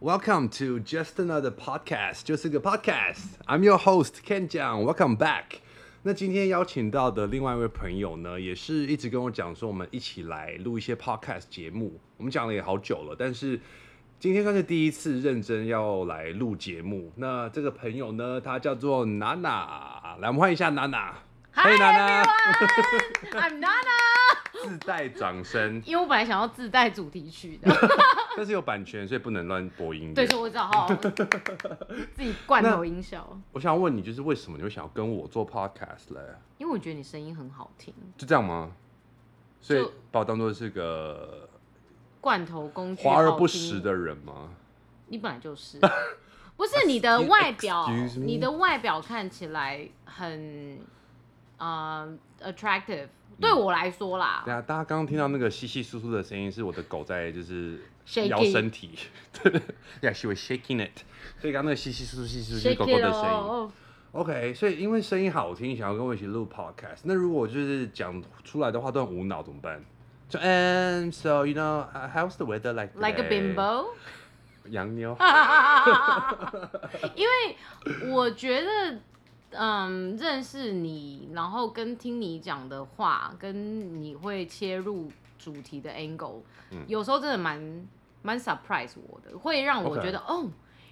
Welcome to just another podcast，就是个 podcast。I'm your host Ken 酱，Welcome back。那今天邀请到的另外一位朋友呢，也是一直跟我讲说，我们一起来录一些 podcast 节目。我们讲了也好久了，但是今天算是第一次认真要来录节目。那这个朋友呢，他叫做娜娜，来我们欢迎一下娜娜。 Hi Hey, Nana. everyone, I'm Nana。，自带掌声因为我本来想要自带主题曲 的，但是有版权，所以不能乱播音乐。对，所以我 只好自己罐头音效，我想问你，就是为什么你会想要跟我做 podcast 嘞？因为我觉得你声音很好听，就这样吗？所以就把我当做是个罐头工具华而不好听实，的人吗？你本 来就是，不是你的外表 Excuse，me？你的外表看起来很，嗯、a t t r a c t i v e 对嗯我来说啦，对啊，大家刚刚听到那个稀稀疏疏的声音，是我的狗在就是摇 Shaking 身体， 对，yeah she was shaking it，所以刚刚那个稀稀疏疏、稀稀疏疏就是狗 Shake 狗 it 的声音。哦， OK，所以因为声音好听，想要跟我一起录 podcast。那如果我就是讲出来的话都很无脑，怎么办？就 And so you know uh, how's the weather like ，like a today？ bimbo。洋妞。 因为我觉得，嗯，认识你，然后跟听你讲的话，跟你会切入主题的 angle，、有时候真的蛮蛮 surprise 我的，会让我 OK 觉得哦，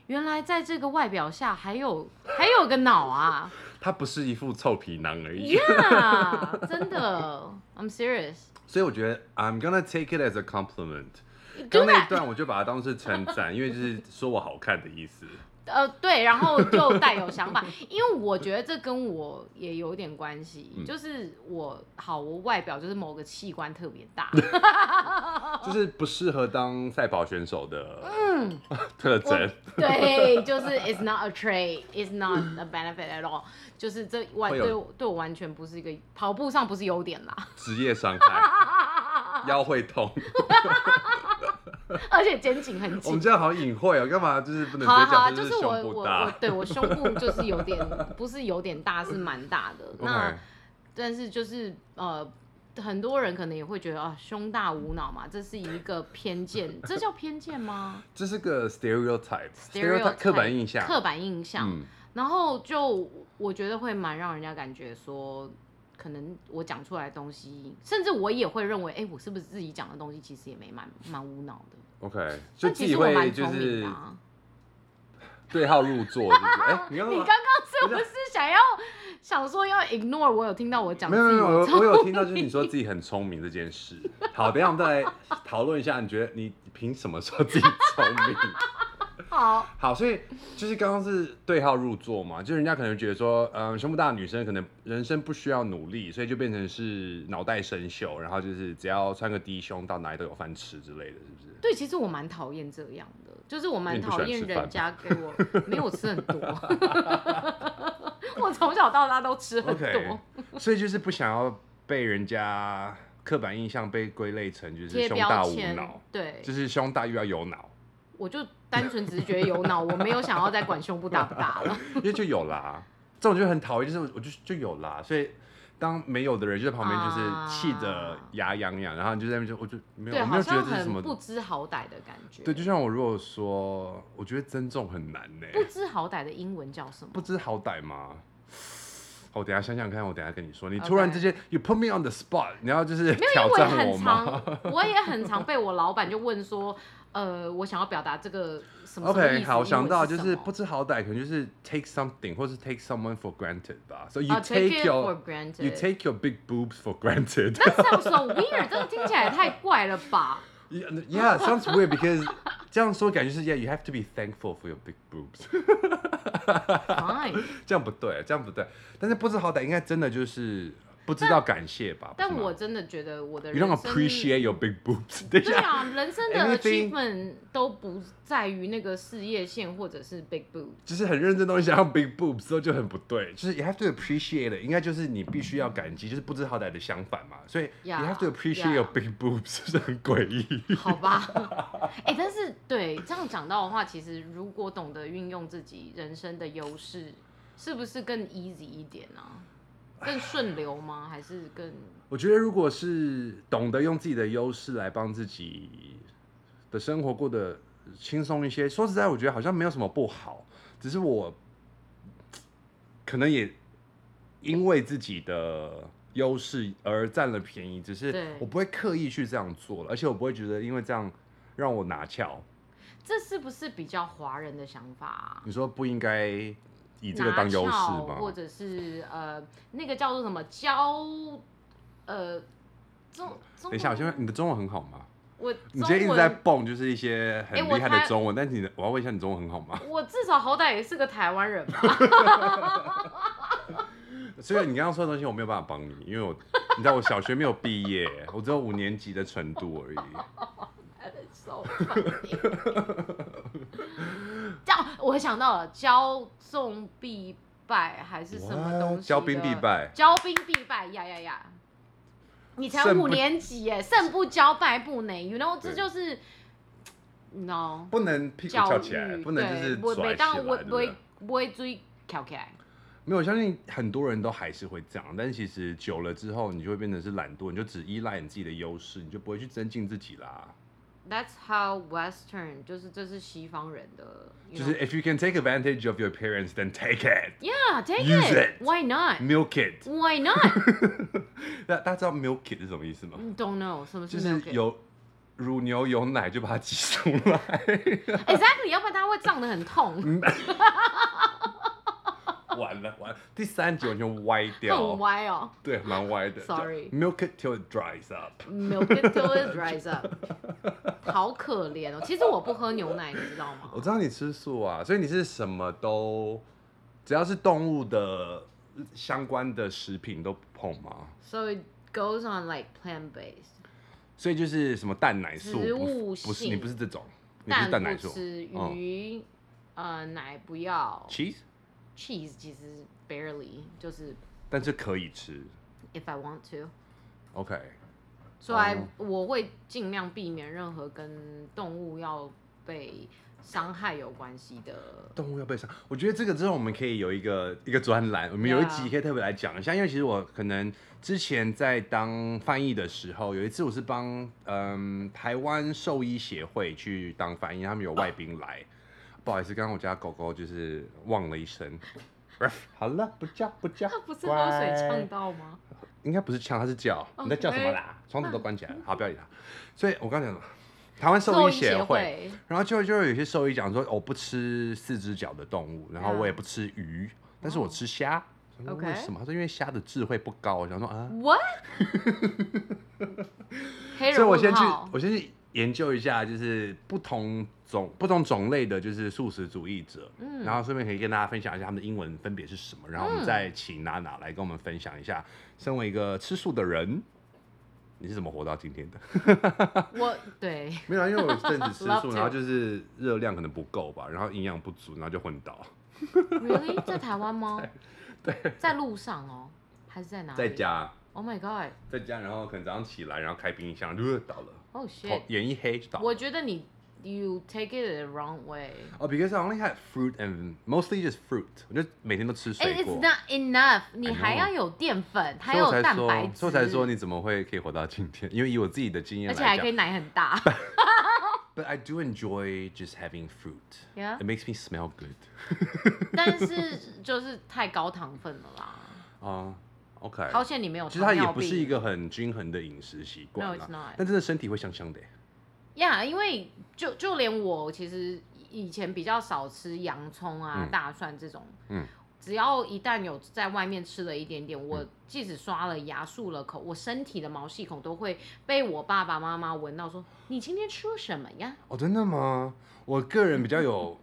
原来在这个外表下还有还有个脑啊他不是一副臭皮囊而已。 ，Yeah，真的，I'm serious，所以我觉得 I'm gonna take it as a compliment。真刚的那一段我就把它当是称 赞，因为就是说我好看的意思。呃，对，然后就带有想法，因为我觉得这跟我也有点关系，嗯就是我好，我外表就是某个器官特别 大，哦就是不适合当赛跑选手的 特嗯我征，对，就是 it's not a trait, it's not a benefit at all，就是这完会对有我对我完全不是一个跑步上不是优点啦， 职业伤害，腰会痛。而且肩颈很我们紧。这样好隐晦哦，干嘛就是不能好直啊接好啊，讲就是是我胸我部我大？对我胸部就是有点不是有点大，是蛮大的。那。 OK，但是就是呃，很多人可能也会觉得啊，胸大无脑嘛，这是一个偏见，这叫偏 见吗这是个 stereotype，stereotype 刻板印象。刻板印象。嗯，然后就我觉得会蛮让人家感觉说，可能我讲出来的东西，甚至我也会认为，哎、我是不是自己讲的东西其实也没蛮蛮无脑的？ OK，就但自其己实我会蛮就聪明是的、啊。对号入座，就是哎，你刚 你刚刚刚是啊不是想要想说要 ignore 我有听到我讲没自有没己有，我我我有听到就是你说自己很聪明这件事。好，等一下我们再来讨论一下，你觉得你凭什么说自己聪明？好好，所以就是刚刚是对号入座嘛，就是人家可能觉得说，嗯，胸部大的女生可能人生不需要努力，所以就变成是脑袋生锈，然后就是只要穿个低胸到哪里都有饭吃之类的，是不是？对，其实我蛮讨厌这样的，就是我蛮因为你不讨喜欢厌吃人饭家给我没有我吃很多， 我从小到大都吃很多。 OK，所以就是不想要被人家刻板印象被归类成就是贴胸大标无签脑，，对，就是胸大又要有脑，我就单纯只是觉得有脑，我没有想要再管胸部大不大了。因为就有啦，这种就很讨厌，就是我就就有啦，所以当没有的人就在旁边就是气得牙痒痒，然后你就在那边就我就没有，啊对，我没好有觉像得这是什很么，不知好歹的感觉。对，就像我如果说，我觉得尊重很难呢、不知好歹的英文叫什么不？知好歹嘛。好我等一下想想看，我等一下跟你说，你突然之间 you put me on the spot，你要就是没有，因挑为我也战很我吗？常，我也很常被我老板就问说，呃，我想要表达这个什么什么意 OK，思好，我英想文到是就什是么啊不知好歹，可能就是 take something 或是 take someone for granted 吧。So you Uh, take it your for granted. you take your big boobs for granted. That sounds so weird，这个听起来也太怪了吧？ Yeah, n- yeah, it sounds weird because 这样说感觉是 yeah, you have to be thankful for your big boobs 。 Fine，这样不对，啊这样不对。但是不知好歹，应该真的就是不知道感谢吧？但不是吗我真的觉得我的 you 人 don't 生 appreciate your big boobs 。 等一对下，啊，人生的 Anything- achievement 都不在于那个事业线或者是 big boo。就是很认真东西想要 big boobs 之后就很不对，就是 you have to appreciate，it，应该就是你必须要感激，就是不知好歹的相反嘛。所以 you Yeah, have to appreciate your yeah. big boobs 是不是很诡异。好吧，哎、但是对这样讲到的话，其实如果懂得运用自己人生的优势，是不是更 easy 一点呢、更顺流吗？还是更我觉得如果是懂得用自己的优势来帮自己的生活过得轻松一些。说实在，我觉得好像没有什么不好，只是我可能也因为自己的优势而占了便宜，只是对我不会刻意去这样做了，而且我不会觉得因为这样让我拿翘。这是不是比较华人的想法啊、你说不应该以拿这个当优势翘吗？或者是呃，那个叫做什么教呃中中等一下，我文先问你的中文很好吗？我你今天一中直在文蹦，就是一些很诶我厉害的猜中文，但是你的我要问一下，你中文很好吗？我至少好歹也是个台湾人吧。 所以你刚刚说的东西我没有办法帮你，因为我你知道我小学没有毕业，我只有五年级的程度 而已。 So funny 这样我想到了，骄纵必败还是什么东西的？骄兵必败骄兵必败呀呀呀！你才胜不五年级耶，胜不骄败不馁，you know，对这就是，no，不能屁股翘教起来，育不能就是对，我拽每起来，当我对不不对会不会追跳起来，没有，我相信很多人都还是会这样，但其实久了之后，你就会变成是懒惰，你就只依赖你自己的优势，你就不会去增进自己啦。 That's how Western，就是这是西方人的，you 就是 if you can take advantage of your parents, then take it, know，Yeah，take Use it. it，Why not？Why milk it。 not？大大家知道 milk it 是什么意思吗？ Don't know 什么就是是嗯 milk it 有乳牛有奶就把它挤出来。 Exactly，要不然它会胀得很痛，完了完了，第三集完全歪掉，很歪哦。对，蛮歪的。 Sorry 就 milk it till it dries up。 Milk it till it dries up，好可怜哦。其实我不喝牛奶，你知道吗我？知道你吃素啊，所以你是什么都，只要是动物的相关的食品都不碰吗？ So it goes on like plant based，所以就是什么蛋奶素，植不物不是性你不是这种，你不是蛋蛋奶不素。吃，嗯鱼呃奶不要 cheese， ，cheese 其实 barely，就是但是可以吃。 if I want to。 OK，所以 I- 哦我会尽量避免任何跟动物要被伤害有关系的。动物要被伤，我觉得这个之后我们可以有一个一个专栏，我们有一集 Yeah 可以特别来讲一下，因为其实我可能之前在当翻译的时候，有一次我是帮嗯台湾兽医协会去当翻译，他们有外宾来，不好意思，刚刚我家狗狗就是汪了一声，好了，不叫不叫，它不是喝水乖呛到吗？应该不是呛，它是叫。哦你在叫什么啦？窗子都关起来了，好，不要理它。所以我刚讲了，台湾兽兽医医协协会，会然后就就有一些兽医讲说，我、哦不吃四只脚的动物，然后我也不吃鱼，但是我吃虾。我想说哦 OK 为什么？他说因为虾的智慧不高。我想说啊， What？黑人所以我先嗯问去号， 我先去研究一下，就是不同种不同种类的，就是素食主义者。嗯然后顺便可以跟大家分享一下他们的英文分别是什么，然后我们嗯再请娜娜来跟我们分享一下，身为一个吃素的人，你是怎么活到今天的？我对 没有啊，因为我正子吃 Love 素， to 然后就是热量可能不够吧，然后营养不足，然后就昏倒， ，really 在台 湾吗？对，在路上哦，还是在哪里？在。家， Oh my god！在家，然后可能早上起来，然后开冰箱就呃倒了， Oh 头 shit！眼一黑就倒我了。觉得你 you take it the wrong way。哦、b e c a u s e I only had fruit and mostly just fruit，我就每天都吃哎 水，It's 果。 not enough，你 know 还要有淀粉，还所以我有才蛋说白，质，所以我才说你怎么会可以活到今天？因为以我自己的经验而来且讲，还可以奶很大。 But I do enjoy just having fruit. Yeah. It makes me smell good. 但是就是太高糖分了啦。啊、OK。好险你没有其实它糖也尿不是一病。个很均衡的饮食习惯 No, it's 啦 not.，但真的身体会香香的耶。呀因为就就连我其实以前比较少吃洋葱啊、嗯大蒜这种，嗯，只要一旦有在外面吃了一点点，我即使刷了牙、漱了口，我身体的毛细孔都会被我爸爸妈妈闻到说，你今天吃了什么呀？哦，真的吗？我个人比较有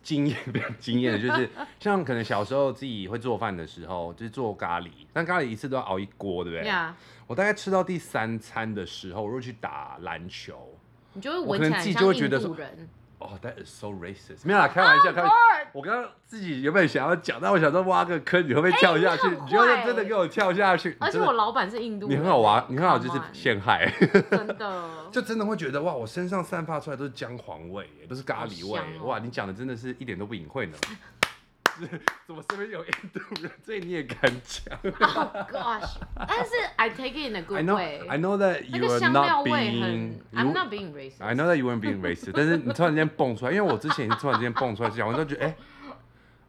经验， 比较经验的就是， 像可能小时候自己会做饭的时候，就是做咖喱，但咖喱一次都要熬一锅，对不对呀、我大概吃到第三餐的时候，我就去打篮球。你就会我闻可起能来自很己就会像觉印得度说人。哦、t h a t is so racist！没有啦，开玩哦笑，开玩笑。我刚刚自己原本想要讲，但我想说挖个坑，你会不会跳下去？哎你很你就会坏真的给我跳下去，而且你真的我老板是印度你人，啊很好玩，你很好，就是 Come on，陷害，真的。就真的会觉得哇，我身上散发出来都是姜黄味耶，都是咖喱味好香耶，哦哇！你讲的真的是一点都不隐晦呢。 事，怎么身边有印度人？这你也敢讲 Oh gosh！但是 I take it in a ？I good know, way。 I know that 那 you 个 are 香料 not 味 being, 很，I'm you- not being racist。 I know that you weren't being racist，但是你突然间蹦出来，因为我之前也是突然间蹦出来讲，我都觉得哎、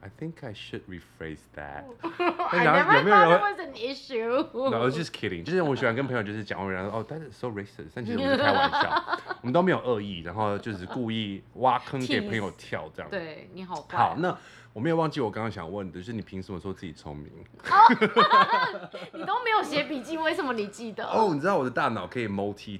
i think I should rephrase that。 I 然后 never 有没有 thought 人会 it was an issue。 ？No, I was just kidding，就是我喜欢跟朋友就是讲，我然后哦，that is so racist，但其实我们是开玩笑，我们都没有恶意，然后就是故意挖坑给朋友跳这样。对你好坏。好，那我没有忘记我刚刚想问的，就是你凭什么说自己聪明？你都没有写笔记，为什么你记得？哦，你知道我的大脑可以 multitask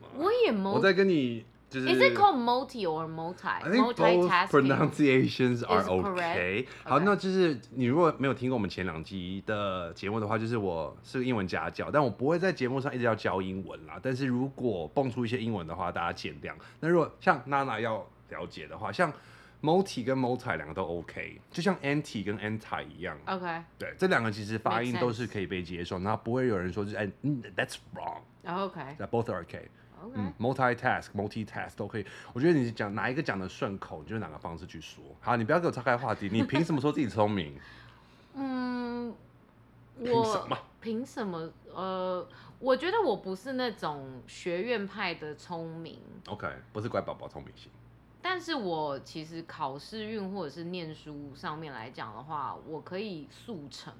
吗？我也我 multi。在跟你就是 Is it called multi or multi? I think both Multitasking. pronunciations are is okay correct. 好， Okay. 那就是你如果没有听过我们前两集的节目的话，就是我是英文家教，但我不会在节目上一直要教英文啦。但是如果蹦出一些英文的话，大家见谅。那如果像娜娜要了解的话，像 multi 跟 multi 两个都 OK，就像 anti 跟 anti 一样。 OK. 对，这两个其实发 Makes 音都是 sense 可以被接受，然后不会有人说就是哎、嗯 that's wrong， OK. 那 both are okay。 OK. 嗯，multitask、multitask 都可以。我觉得你讲哪一个讲的顺口，你就用哪个方式去说。好，你不要给我岔开话题。你凭什么说自己聪明？嗯，凭我什么凭什么？呃，我觉得我不是那种学院派的聪明， OK，不是乖宝宝聪明型。但是我其实考试运或者是念书上面来讲的话，我可以速成。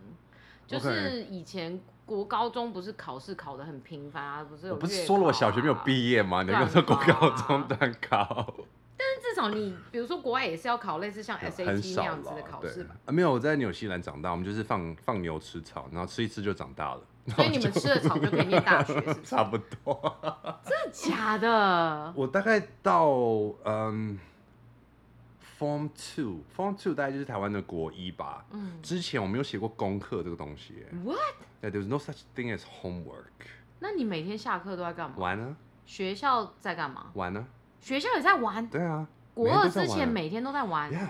就 OK 是以前国高中不是考试考得很频繁啊，不是有、啊我不是说了我小学没有，毕业吗？你跟我说国断考高啊中断考，但至少你比如说国外也是要考类似像很 SAT 那少样子的了。考对试 吧，啊，没有，我在纽西兰长大，我们就是放放牛吃草，然后吃一吃就长大了。所以你们吃了草就可以念大学， 是不是差？不多。真的假的？我大概到嗯，Form Two，Form Two 大概就是台湾的国一吧。嗯之前我没有写过功课这个东西耶。 ，What？对，there's no such thing as homework。那你每天下课都在干嘛？玩啊，学校在干嘛？玩啊，学校也在玩。对啊。国每天二都在之前玩啊每天都在玩， ，Yeah，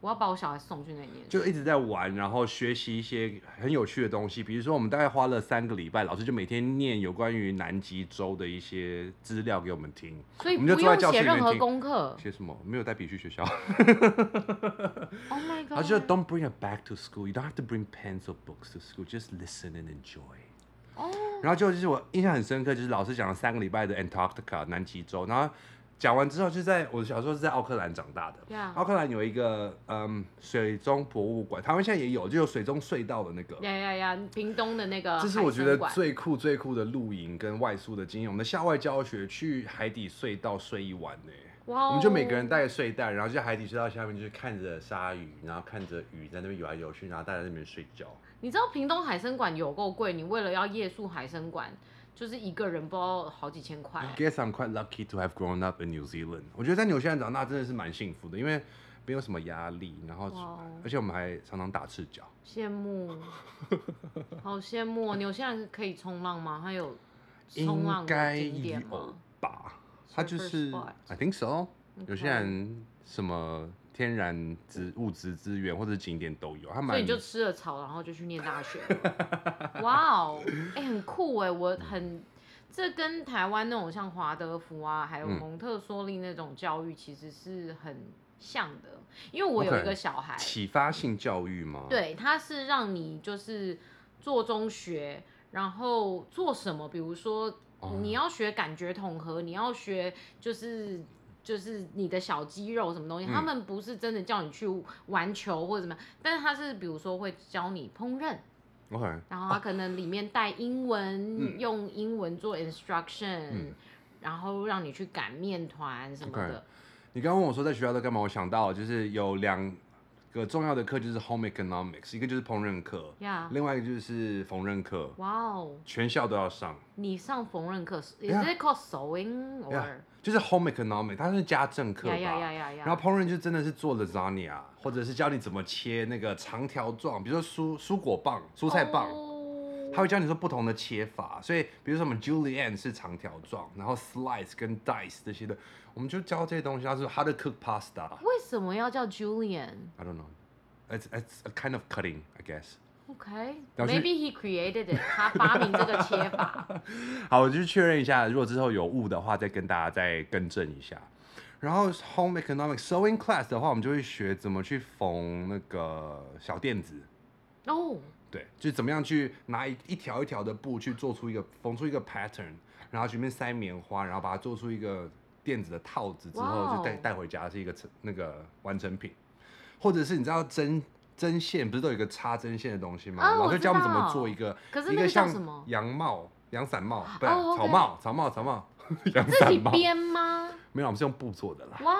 我要把我小孩送去那里念书。就一直在玩，然后学习一些很有趣的东西。比如说，我们大概花了三个礼拜，老师就每天念有关于南极洲的一些资料给我们听。所以我们就不坐在用教室写里面任何听功课。写什么？没有带笔去学 校。 Oh my god！ I just don't bring it back to school. You don't have to bring pens or books to school. Just listen and enjoy. 哦，然后就就是我印象很深刻，就是老师讲了三个礼拜的 Antarctica 南极洲，然后讲完之后，就在我小时候是在奥克兰长大的。呀奥克兰有一个嗯水中博物馆，台湾现在也有，就有水中隧道的那个。呀呀呀！屏东的那个这是海我觉参得馆最酷最酷的露营跟外宿的经验。我们的校外教学去海底隧道睡一晚呢、哇哦，我们就每个人带个睡袋，然后就在海底隧道下面就是看着鲨鱼，然后看着鱼在那边游来游去，然后大家在那边睡觉。你知道屏东海参馆有够贵，你为了要夜宿海参馆，就是一个人不知道好几千块 I。guess I'm quite lucky to have grown up in New Zealand。我觉得在纽西兰长大真的是蛮幸福的，因为没有什么压力，然后哇哦而且我们还常常打赤脚。羡慕，好羡慕、哦！纽西兰可以冲浪吗？它有冲浪 应该的景点有吗？吧？它就是 Surfer spot I think so。有些人什么天然资物质资源或者景点都有，他所以蛮你就吃了草，然后就去念大学了。哇哦，哎，很酷哎、我很。这跟台湾那种像华德福啊，还有嗯蒙特梭利那种教育其实是很像的，因为我有 OK 一个小孩启发性教育吗？，对，它是让你就是做中学，然后做什么，比如说哦你要学感觉统合，你要学就是。就是你的小肌肉什么东西，他嗯们不是真的叫你去玩球或者怎么样，但是他是比如说会教你烹饪， ，OK，然后他可能里面带英嗯文，用英文做 instruction，、然后让你去擀面团什么 OK 的。你刚刚问我说在学校都干嘛，我想到就是有两个重要的课，就是 home economics，一个就是烹饪课，呀，另外一个就是缝纫课，哇哦，全校都要上。你上缝纫课是 Yeah is it called sewing or？ Yeah，就是 home economic，它是家政课吧。呀呀呀呀呀！然后烹饪就真的是做 lasagna，或者是教你怎么切那个长条状，比如说蔬蔬果棒、蔬菜棒，哦它会教你说不同的切法。所以比如说我们 julienne 是长条状，然后 slice 跟 dice 这些的，我们就教这些东西。它是 how to cook pasta。为什么要叫 Julian？OK，、 I don't know. It's it's a kind of cutting, I guess. Okay, 然后是 maybe he created it，他发明这个切法。 好，我就确认一下，如果之后有误的话，再跟大家再更正一下。然后 home economics sewing class 的话，我们就会学怎么去缝那个小垫子，哦，对，就怎么样去拿一一条一条的布去做出一个缝出一个 pattern，然后里面塞棉花，然后把它做出一个垫子的套子之后，哇哦就带带回家是一个成那个完成品，或者是你知道针针线不是都有一个插针线的东西吗？啊老我师知教我们怎么道做一个，可是一个那个叫像什么羊帽、羊伞帽，不是、哦草，OK 帽、草帽、草帽、 羊自伞己帽，编吗？没有，我们是用布做的啦。哇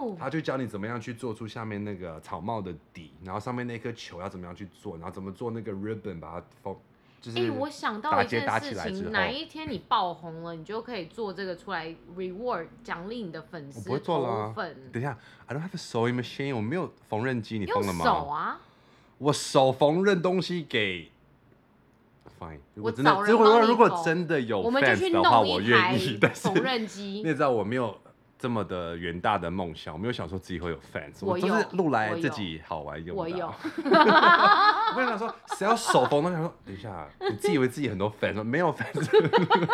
哦，他就教你怎么样去做出下面那个草帽的底，然后上面那颗球要怎么样去做，然后怎么做那个 ribbon 把它封，就是、哎、我想到打一结件打起事来之情，后哪一天你爆红了，你就可以做这个出来 reward 奖励你的粉我丝不会做啊啦投粉，等一下，I don't have a sewing machine，我没有缝纫机，你用疯了吗？手啊，我手缝�纫东西给。Fine，如果我真的找，人如果帮你如果缝真的有我们就？Oh, fans 去的话，弄我一台愿意。但是 缝纫你也机。知道我没有这么的远大的梦想，我没有想说自己会有 fans，我都有是录来我自有己好玩用的啊。我有，我跟他说，谁要手缝？他想说，等一下，啊你自以为自己很多 fans，没有 fans。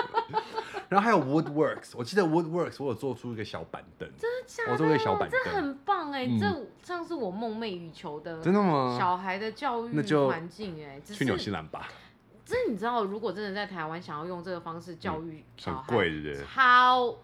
然后还有 Woodworks，我记得 Woodworks，我有做出一个小板凳，真的假的？我做个小板这凳很棒哎、嗯这像是我梦寐以求的真的吗？小孩的教嗯那育就环境哎、只去纽是西兰吧，这你知道，如果真的在台湾想要用这个方式教育嗯小很孩，贵，对不对超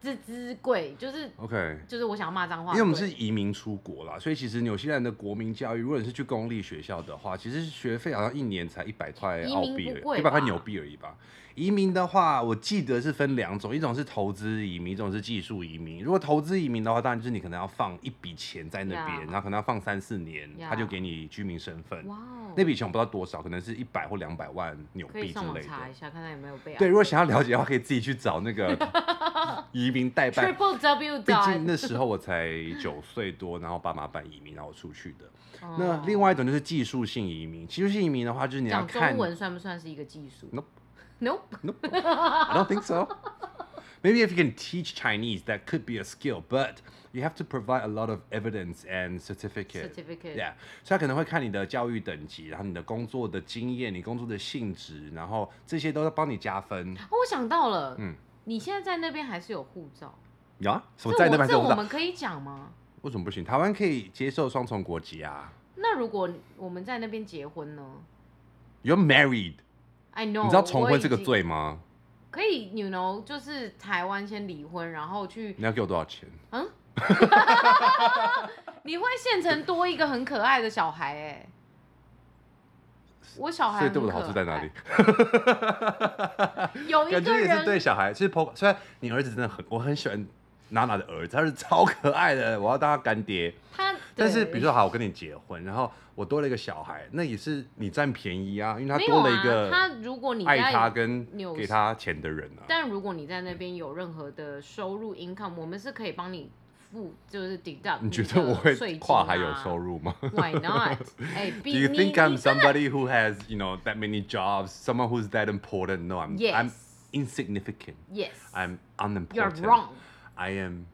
滋滋贵，就是？OK，就是我想要骂脏话，因为我们是对移民出国啦，所以其实纽西兰的国民教育，如果你是去公立学校的话，其实学费好像一年才一百块澳币移民而已，不贵一吧百块纽币而已吧。移民的话，我记得是分两种，一种是投资移民，一种是技术移民。如果投资移民的话，当然就是你可能要放一笔钱在那边 Yeah 然后可能要放三四年 Yeah 他就给你居民身份。哇哦，那笔钱我不知道多少，可能是一百或两百万纽可币以之上网类查一的。下，看看有没有被啊对，如果想要了解的话，可以自己去找那个 移民代办 triple w 毕竟那时候我才九岁多，然后爸妈办移民，然后出去的。那另外外一种就是技术性移民，技术性移民的话，就是你要讲看中文算不算是一个技术 Nope ？Nope， I don't think so. Maybe if you can teach Chinese, that could be a skill, but you have to provide a lot of evidence and certificate. Certificate. Yeah，所以他可能会看你的教育等级，然后你的工作的经验、你工作的性质，然后这些都要帮你加分。哦我想到了，嗯你现在在那边还是有护照，呀、什这么在那边还是这我不我知道们可以讲吗？为什么不行？台湾可以接受双重国籍啊。那如果我们在那边结婚呢 You're married，、 ？I know，你知道重我婚已这个经罪吗？可以，you know，就是台湾先离婚，然后去，你要给我多少钱？嗯，你会现成多一个很可爱的小孩哎、我小孩所以很对我的可好处在哪爱里？？有哎一感觉个也是对人，小孩，其实 p o 虽然你儿子真的很，我很喜欢娜娜的儿子，他是超可爱的，我要当他干爹。他但是对比如说好，我跟你结婚，然后我多了一个小孩，那也是你占便宜啊，因为他没有多了一啊、个他如果你在爱他跟纽给他钱的人啊。但如果你在那边有任何的收入 income，我们是可以帮你付，就是 deduct 你觉得的我会税金跨海有啊收入吗 ？Why not？哎、 Do 比 you 你 think 你 I'm somebody who has, you know, that many jobs? Someone who's that important? No, I'm I'm Yes. insignificant. yes，you're I'm unimportant. wrong。 I am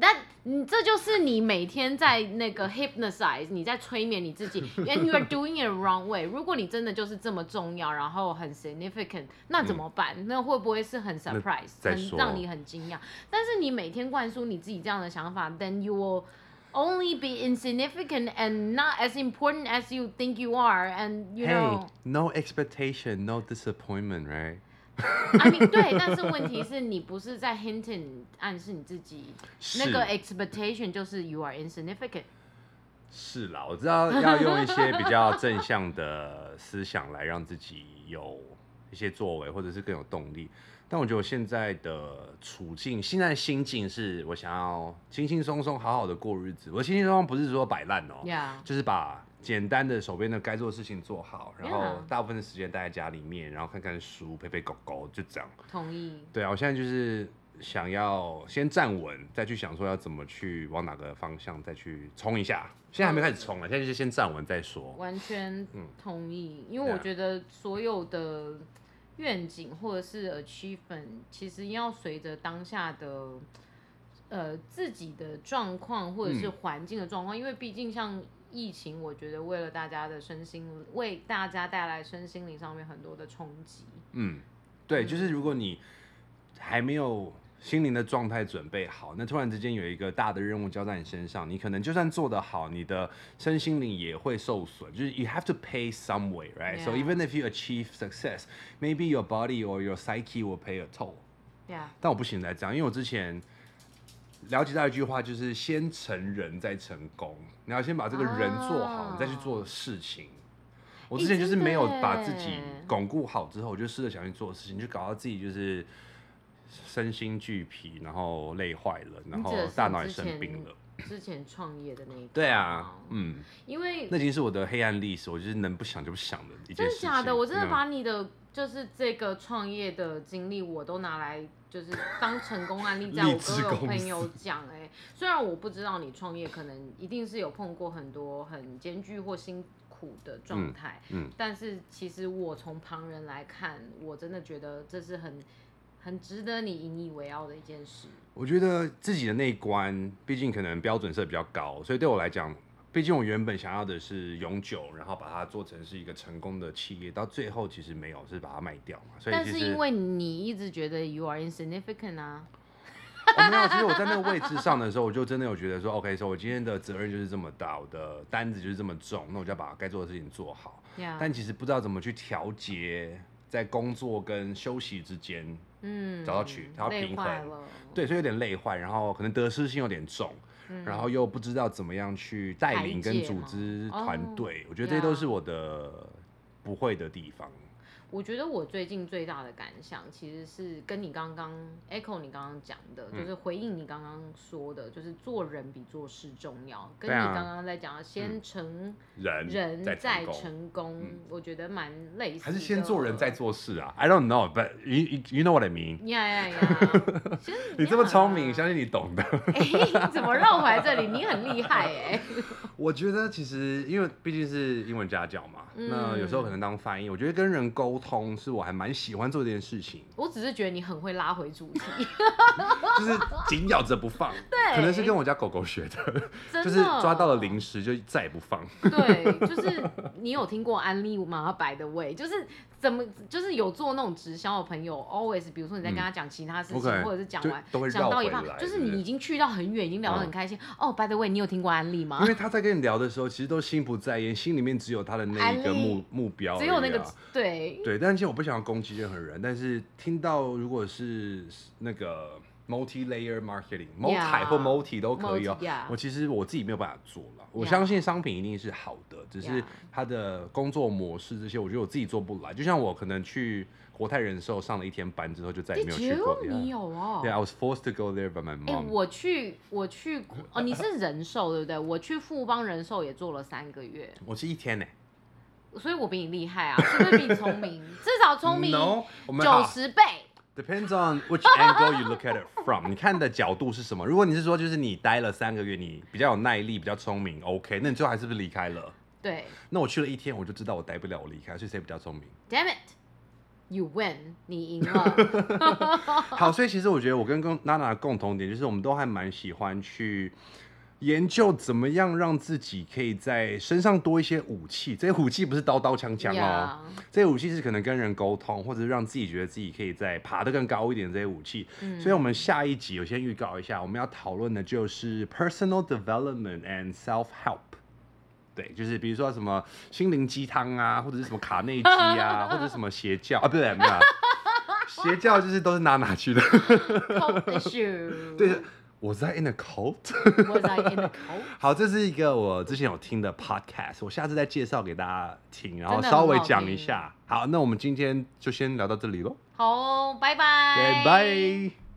但你这就是你每天在那个 hypnotize，你在催眠你自 己，and you're doing it wrong way。如果你真的就是这么重要，然后很 significant，那怎么办？那会不会是很 surprise，嗯再很说让你很惊讶？但是你每天灌输你自己这样的想法，then you will only be insignificant and not as important as you think you are，and you know。 no expectation, no disappointment, right? I mean，对，但是问题是你不是在 hinting 暗示你自己，那个 expectation 就是 you are insignificant。是啦，我知道要用一些比较正向的思想来让自己有一些作为，或者是更有动力。但我觉得我现在的处境，现在的心境是我想要轻轻松松、好好的过日子。我轻轻松松不是说摆烂哦 Yeah。就是把简单的手边的该做的事情做好，然后 Yeah 大部分的时间待在家里面，然后看看书、陪陪狗狗，就这样。同意。对啊，我现在就是想要先站稳，再去想说要怎么去往哪个方向再去冲一下。现在还没开始冲啊，现在就是先站稳再说。完全同意，因嗯为对啊我觉得所有的愿景或者是 achievement，其实要随着当下的呃自己的状况或者是嗯环境的状况，因为毕竟像疫情，我觉得为了大家的身心，为大家带来身心灵上面很多的冲击。嗯，对，就是如果你还没有心灵的状态准备好，那突然之间有一个大的任务交在你身上，你可能就算做得好，你的身心灵也会受损。就是 you have to pay some way, right? So Yeah. even if you achieve success, maybe your body or your psyche will pay a toll. Yeah. 但我不行来讲，因为我之前了解到一句话，就是先成人再成功。你要先把这个人做好，啊你再去做事情。我诶之前就是真的没有耶把自己巩固好之后，我就试着想去做事情，就搞到自己就是身心俱疲，然后累坏了，然后指的是大脑也之生前病了。之前创业的那一个。对啊哦，嗯，因为那已经是我的黑暗历史，我就是能不想就不想的一件真事的情。假的？我真的嗯把你的就是这个创业的经历，我都拿来就是当成功案例，在 励我志跟我公司朋友讲。哎，虽然我不知道你创业可能一定是有碰过很多很艰巨或辛苦的状态，嗯但是其实我从旁人来看，我真的觉得这是很很值得你引以为傲的一件事。我觉得自己的那一关，毕竟可能标准设比较高，所以对我来讲，毕竟我原本想要的是永久，然后把它做成是一个成功的企业，到最后其实没有，是把它卖掉嘛。所以但其是实因为你一直觉得 you are insignificant 啊，我没有，其实我在那个位置上的时候，我就真的有觉得说，OK，说我今天的责任就是这么大，我的担子就是这么重，那我就要把该做的事情做好。 yeah, 但其实不知道怎么去调节在工作跟休息之间，嗯，找到取找到累平坏衡了，对，所以有点累坏，然后可能得失心有点重，然后又不知道怎么样去带领嗯排跟解组吗织哦团队，我觉得这都呀是我的不会的地方。我觉得我最近最大的感想，其实是跟你刚刚 echo 你刚刚讲的，嗯就是回应你刚刚说的，就是做人比做事重要。跟对啊你刚刚在讲的，先成人人在再成功，嗯成功，我觉得蛮类似的。还是先做人再做事啊？I don't know, but you you- you know what I mean。呀呀呀！先 你这么聪明，呀相信你懂的。 哎，怎么绕回来这里？你很厉害哎。我觉得其实因为毕竟是英文家教嘛，那有时嗯候可能当翻译，我觉得跟人沟通是我还蛮喜欢做这件事 情。 我只是觉得你很会拉回主题， 就是紧咬着不放。对可能是跟我家狗狗学的，真的就是抓到了零食就再也不放。对，就是你有听过安利吗？百的味，就是怎么，就是有做那种直销的朋友，always，比如说你在跟他讲其他事情，嗯 OK，或者是讲就完都会讲绕到一回半来，就是对不你对已经去到很远，已经聊得很开心。哦、b y the way，你有听过安利吗因？为他在跟你聊的时候，其实都心不在焉，心里面只有他的那一个安利目目标、 啊只有那个。对，对，但是我不想要攻击任何人，但是听到如果是那个 multi layer marketing、multi 或 multi 都可以哦 multi- yeah 我其实我自己没有办法做了，我 Yeah 相信商品一定是好的，只是 Yeah 它的工作模式这些，我觉得我自己做不来。就像我可能去国泰人寿上了一天班之后，就再也没有去过。 Did you？你哎有哦。 Yeah, 啊 I was forced to go there by my 哎、 mom. 我去，我去，哦，你是人寿对不对？我去富邦人寿也做了三个月，我是一天呢、欸所以我比你厉害啊，是不是比你聪明？至少聪明 No，我们好九十倍。 Depends on which angle you look at it from，你看的角度是什么？如果你是说就是你待了三个月，你比较有耐力，比较聪明，OK，那你最后还是不是离开了？对那我去了一天，我就知道我待不了，我离开，所以谁比较聪明？ ，Damn it，you win，你赢了。好，所以其实我觉得我跟跟娜娜的共同点就是，我们都还蛮喜欢去研究怎么样让自己可以在身上多一些武器。这些武器不是刀刀枪枪哦 Yeah 这些武器是可能跟人沟通，或者是让自己觉得自己可以再爬得更高一点。这些武器，所以我们下一集有先预告一下，我们要讨论的就是 personal development and self help。对，就是比如说什么心灵鸡汤啊，或者是什么卡内基啊，或者是什么邪教啊，不对，没有啊，邪教就是都是娜娜去的。 cult issue. 对，我在 in a cult。 Was I in a cult? 好，这是一个我之前有听的 podcast，我下次再介绍给大家听，然后真的稍微很好讲一听下。好，那我们今天就先聊到这里喽，好哦，拜拜拜，拜。